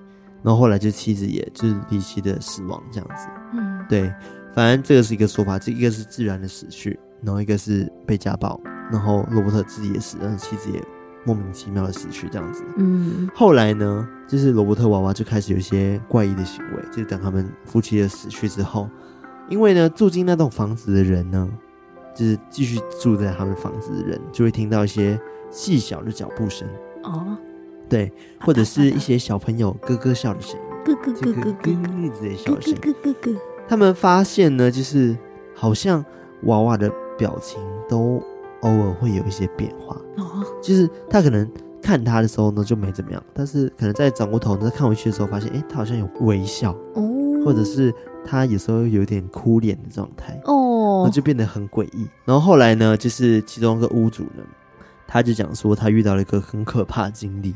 然后后来就妻子也就是离奇的死亡这样子。
嗯，
对，反正这个是一个说法，这一个是自然的死去，然后一个是被家暴，然后罗伯特自己也死，然后妻子也莫名其妙的死去这样子。
嗯，
后来呢，就是罗伯特娃娃就开始有一些怪异的行为，就是等他们夫妻的死去之后，因为呢住进那栋房子的人呢，就是继续住在他们房子的人，就会听到一些细小的脚步声，
哦，
对，或者是一些小朋友咯咯笑的声音，
咯咯
就咯
咯咯
咯
咯咯
咯之类笑
咯
的声音。
咯咯咯，
他们发现呢，就是好像娃娃的表情都偶尔会有一些变化，
哦，
就是他可能看他的时候呢就没怎么样，但是可能在转过头呢看回去的时候，发现诶，他好像有微笑，
哦，
或者是他有时候有点哭脸的状态，然后
哦，
就变得很诡异。然后后来呢，就是其中一个屋主呢，他就讲说他遇到了一个很可怕的经历，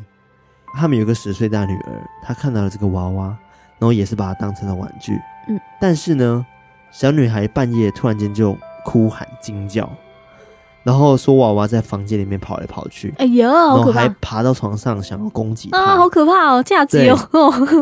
他们有一个十岁大女儿，她看到了这个娃娃，然后也是把它当成了玩具，
嗯，
但是呢，小女孩半夜突然间就哭喊惊叫，然后说娃娃在房间里面跑来跑去。
哎呀，
然
好
后
可
还
怕
爬到床上想要攻击
啊，
她，
好可怕哦，下集哦，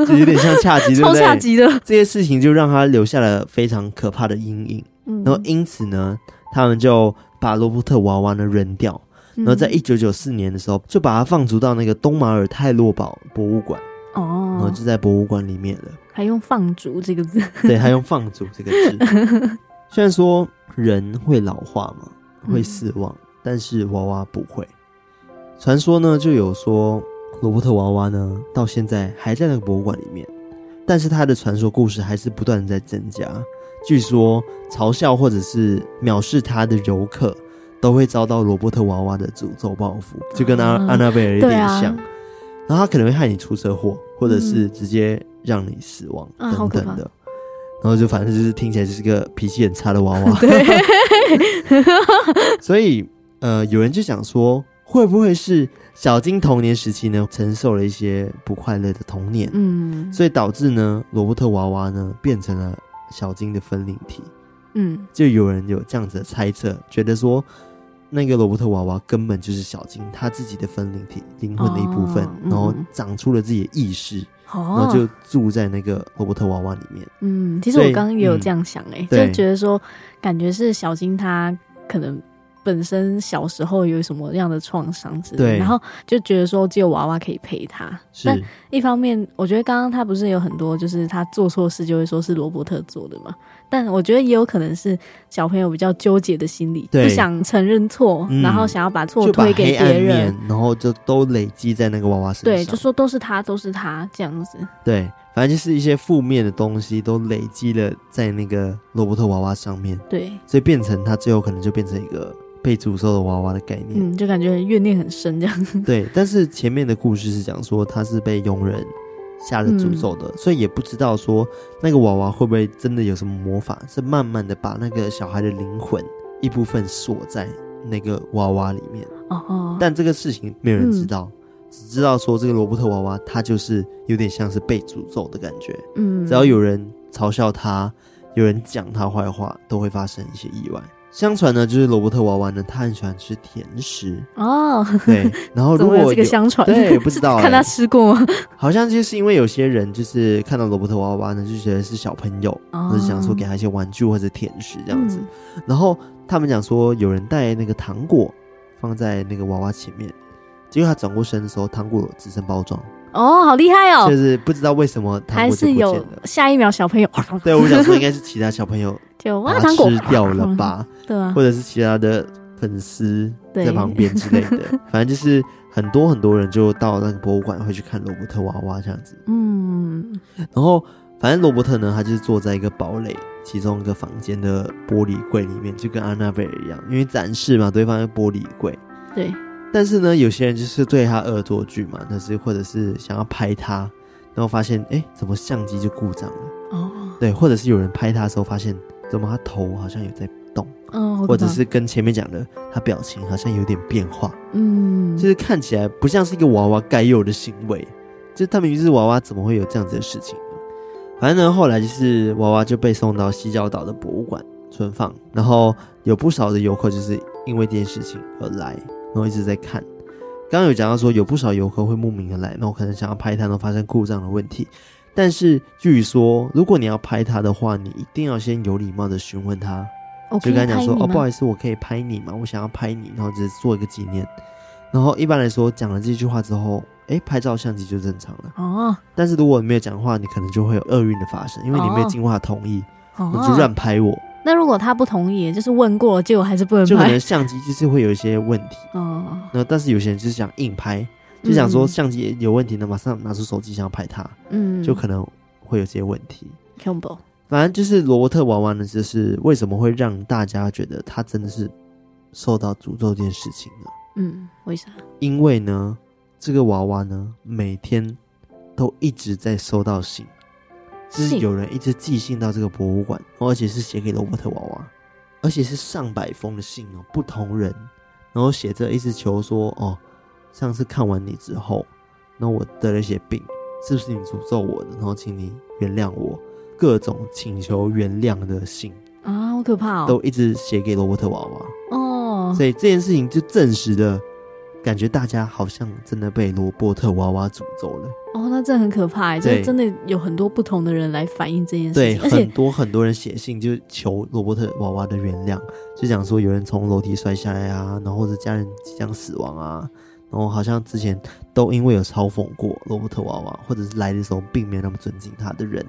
就有点像恰吉，对不
*laughs* 超
对？
下集的，
这些事情就让她留下了非常可怕的阴影。
嗯
然后因此呢，他们就把罗伯特娃娃呢扔掉，然后在一
嗯
九九四年的时候就把它放逐到那个东马尔泰洛堡博物馆，然后
哦，
就在博物馆里面了。
还用放逐这个字，
*laughs* 对，他用“放逐”这个字。
*laughs*
虽然说人会老化嘛，
嗯
会死亡，但是娃娃不会。传说呢，就有说罗伯特娃娃呢，到现在还在那个博物馆里面，但是他的传说故事还是不断地在增加。据说嘲笑或者是藐视他的游客，都会遭到罗伯特娃娃的诅咒报复，就跟安
啊
安娜贝尔有
对
点
啊， *laughs*
像。然后他可能会害你出车祸，或者是直接让你死亡、
嗯啊好
等
可
等
怕
的。然后就反正就是听起来就是个脾气很差的娃
*laughs*
娃，所以呃，有人就想说，会不会是小金童年时期呢，承受了一些不快乐的童年，
嗯
所以导致呢，罗伯特娃娃呢变成了小金的分灵体。
嗯，
就有人有这样子的猜测，觉得说那个罗伯特娃娃根本就是小金他自己的分灵体、灵魂的一部分，
哦嗯
然后长出了自己的意识，然
哦
后，就住在那个罗伯特娃娃里面。
嗯，其实我
所以
刚刚也有
嗯
这样想、欸，哎、
对
就觉得说，感觉是小金他可能本身小时候有什么样的创伤之类的，
对
然后就觉得说只有娃娃可以陪他。但
是，
一方面，我觉得刚刚他不是有很多就是他做错事就会说是罗伯特做的嘛，但我觉得也有可能是小朋友比较纠结的心理，
对
不想承认错，
嗯
然后想要把错
就把
推给
黑暗
别人
面。，然后就都累积在那个娃娃身
对，
上。
就说都是他，都是他这样子。
对反正就是一些负面的东西都累积了在那个罗伯特娃娃上面，
对，
所以变成他最后可能就变成一个被诅咒的娃娃的概念。
嗯，就感觉怨念很深这样。 *laughs*
对，但是前面的故事是讲说他是被佣人下了诅咒
嗯
的，所以也不知道说那个娃娃会不会真的有什么魔法，是慢慢的把那个小孩的灵魂一部分锁在那个娃娃里面。
哦哦，
但这个事情没有人
嗯
知道，只知道说这个罗伯特娃娃他就是有点像是被诅咒的感觉，
嗯，
只要有人嘲笑他，有人讲他坏话，都会发生一些意外。相传呢，就是罗伯特娃娃呢，他很喜欢吃甜
*laughs*
食，
哦，
对。然后
*laughs* 怎
如
么
果
有这
有
个相传？ *laughs*
对，不知道、欸。
看他吃过吗？
好像就是因为有些人就是看到罗伯特娃娃呢，就觉得是小朋友，
哦
或者想说给他一些玩具或者甜食这样子。然后他们讲说有人带那个糖果放在那个娃娃前面，结果他转过身的时候，糖果只剩包装，
嗯哦，好厉害哦
就！是不知道为什么糖
还
果就是不见
有
了。
下一秒小朋友
对，我想说应该是其他小朋友
*laughs* 就
把
哇
它
糖果
吃掉了？
*laughs*
吧，
对啊
或，者是其他的粉丝
对
在旁边之类的。反正就是很多很多人就到那个博物馆会去看罗伯特娃娃这样子。
*laughs* 嗯
然后反正罗伯特呢，他就是坐在一个堡垒其中一个房间的玻璃柜里面，就跟安娜贝尔一样，因为展示嘛，对方是玻璃柜。
对，
但是呢，有些人就是对他恶作剧嘛，就是或者是想要拍他，然后发现哎，诶怎么相机就故障了？
哦，
对，或者是有人拍他的时候发现，怎么他头好像有在动，
嗯，好可怕
或者是跟前面讲的他表情好像有点变化，
嗯，
就是看起来不像是一个娃娃该有的行为，就他明明是娃娃，怎么会有这样子的事情呢？反正呢，后来就是娃娃就被送到西角岛的博物馆存放，然后有不少的游客就是因为这件事情而来，然后一直在看。刚刚有讲到说有不少游客会慕名而来，然后可能想要拍它，然后发生故障的问题，但是据说，如果你要拍他的话，你一定要先有礼貌的询问他，
我可
就
以
跟他讲
拍
说：“
你
哦，
吗
不好意思，我可以拍你吗？我想要拍你，然后只是做一个纪念。”然后一般来说，讲了这句话之后，哎，拍照相机就正常了。
哦
但是如果你没有讲话，你可能就会有厄运的发生，因为你没有经过他同意，你就
哦，
乱拍我，
那如果他不同意，就是问过了，结果还是不能
就可
拍
能，相机就是会有一些问题。
哦，
那但是有些人就是想硬拍，就想说
嗯
相机有问题，那马上拿出手机想要拍他，
嗯，
就可能会有这些问题。
combo，
反正就是罗伯特玩完了，就是为什么会让大家觉得他真的是受到诅咒这件事情呢？
嗯，为啥？
因为呢，这个娃娃呢，每天都一直在收到信，就是
信
有人一直寄信到这个博物馆，而且是写给罗伯特娃娃，而且是上百封的信哦，不同人，然后写着一直求说，哦，上次看完你之后，那我得了一些病，是不是你诅咒我的？然后请你原谅我，各种请求原谅的信
啊，好可怕哦，
都一直写给罗伯特娃娃。
哦，
所以这件事情就证实了，感觉大家好像真的被罗伯特娃娃诅咒了。
哦，那这很可怕欸，就是
对
真的有很多不同的人来反映这件事
对，
情，而且
很多很多人写信就求罗伯特娃娃的原谅，就讲说有人从楼梯摔下来啊，然后或者家人即将死亡啊，然后好像之前都因为有嘲讽过罗伯特娃娃，或者是来的时候并没有那么尊敬他的人，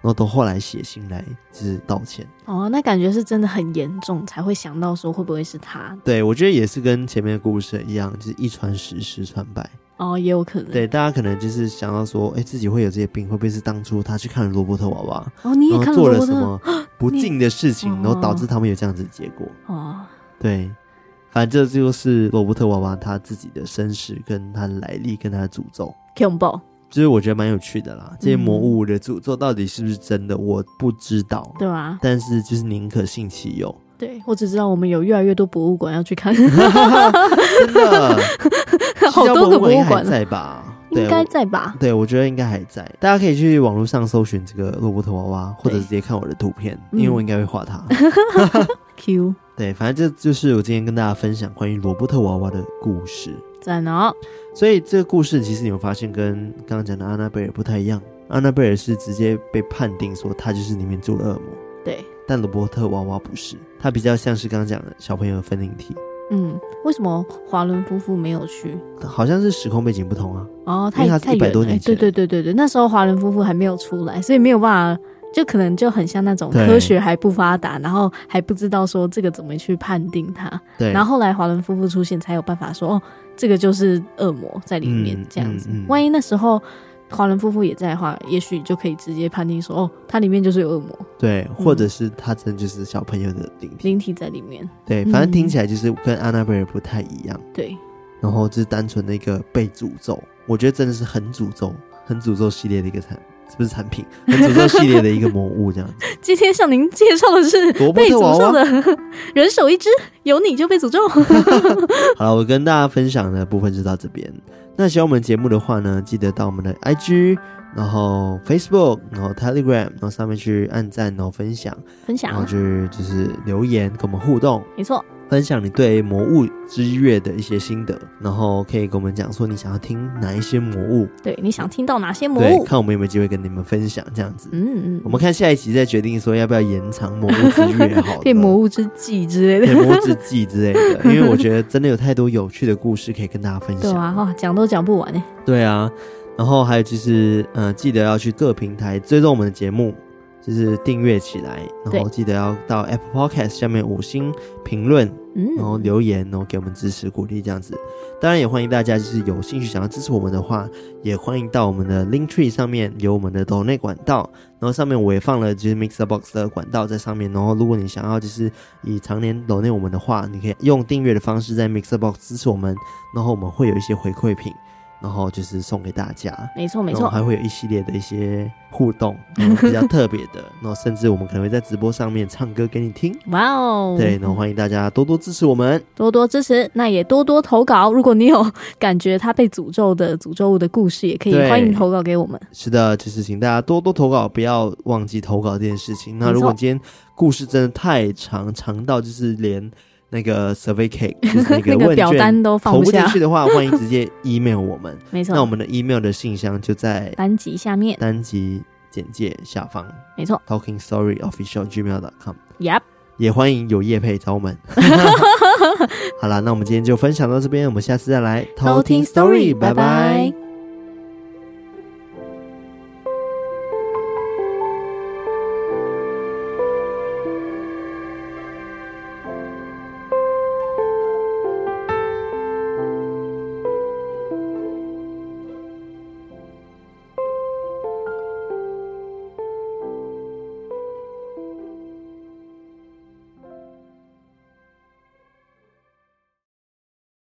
然后都后来写信来就是道歉。
哦，那感觉是真的很严重，才会想到说会不会是他
对我觉得也是跟前面的故事一样，就是一传十，十传百。
哦，也有可能。
对，大家可能就是想要说，哎、自己会有这些病，会不会是当初他去看了罗伯特娃娃，
哦，你也
然
看
后
罗
做
伯
了
特
什么 *gasps* 不
你
敬的事情，然后导致
哦
他们有这样子的结果？
哦，
对，反正这就是罗伯特娃娃他自己的身世、跟他的来历、跟他的诅咒，
恐怖，
就是我觉得蛮有趣的啦。这些魔
嗯
物的诅咒到底是不是真的，我不知道。
对吧？
但是就是宁可信其
*laughs*
有，
对，我只知道我们有越来越多博物馆要去看， *laughs*
真的，新
好
加
多
博物
个博物
馆应该还
馆了，
在吧？对
应该在吧？
对，我觉得应该还在，大家可以去网络上搜寻这个罗伯特娃娃，或者
对
直接看我的图片，
嗯
因为我应该会画
*laughs*
它。
Q
对，反正这就是我今天跟大家分享关于罗伯特娃娃的故事。
赞哦，
所以这个故事其实你会发现跟刚刚讲的安娜贝尔不太一样，安娜贝尔是直接被判定说她就是里面住了恶魔，
对，
但罗伯特娃娃不是，他比较像是刚刚讲的小朋友的分灵体，
嗯，为什么华伦夫妇没有去？
好像是时空背景不同啊。
哦，
因为
太
他是
太
100
远
多
了，
年前
对对对对对，那时候华伦夫妇还没有出来，所以没有办法。就可能就很像那种
对
科学还不发达，然后还不知道说这个怎么去判定它，
对，
然后后来华伦夫妇出现，才有办法说哦，这个就是恶魔在里面、
嗯
这样子。
嗯嗯
万一那时候华伦夫妇也在的话，也许就可以直接判定说哦，它里面就是有恶魔
对，或者是他真的就是小朋友的灵体。
嗯灵体在里面。
对，
嗯
反正听起来就是跟安娜贝尔不太一样。
对，
然后就是单纯的一个被诅咒，我觉得真的是很诅咒，很诅咒系列的一个产，是不是产品？很诅咒系列的一个魔物这样子。
今天向您介绍的是
罗伯
被
特娃
*laughs* 诅咒
娃。
的人手一只，有你就被诅咒。
*laughs* 好了，我跟大家分享的部分就到这边。那喜欢我们节目的话呢，记得到我们的 IG，然后 Facebook，然后 Telegram，然后上面去按赞，然后分享，
分
然后
享
去就是留言跟我们互动。
没错，
分享你对魔物之月的一些心得，然后可以跟我们讲说你想要听哪一些魔物，
对，你想听到哪些魔
对，
物？
看我们有没有机会跟你们分享这样子。
嗯嗯，
我们看下一集再决定说要不要延长魔物之月
*laughs*
好了，
变魔物之祭之类的。
对魔物之祭之类的，因为我觉得真的有太多有趣的故事可以跟大家分
对
享。
啊，哇，讲都讲不完呢。
对啊，然后还有就是，呃，记得要去各平台追踪我们的节目，就是订阅起来，然后
对
记得要到 Apple Podcast 下面五星评论，
嗯，
然后留言，然后给我们支持鼓励这样子。当然也欢迎大家，就是有兴趣想要支持我们的话，也欢迎到我们的 Link Tree 上面有我们的 Donate 管道，然后上面我也放了就是 Mixer Box 的管道在上面。然后如果你想要就是以常年 Donate 我们的话，你可以用订阅的方式在 Mixer Box 支持我们，然后我们会有一些回馈品，然后就是送给大家。
没错没
然后
错，
还会有一系列的一些互动，然后
*laughs*
比较特别的，然后甚至我们可能会在直播上面唱歌给你听。
哇哦，
对，然后欢迎大家多多支持我们。
多多支持，那也多多投稿。如果你有感觉他被诅咒的诅咒物的故事，也可以
对
欢迎投稿给我们。
是的，就是请大家多多投稿，不要忘记投稿这件事情。那
没错
如果今天故事真的太长，长到就是连那个 survey
*laughs*
cake 就是那个
那个
问
表单
卷
都放
投不进
下，
去的话，欢
*laughs*
迎直接 email 我们。
没错。
那我们的 email 的信箱就在
单集下面，
单集简介下方
没错
talking story official gmail.com，
，Yep，
也欢迎有业配找我
*laughs*
们。好啦，那我们今天就分享到这边，我们下次再来
偷听 story，拜拜。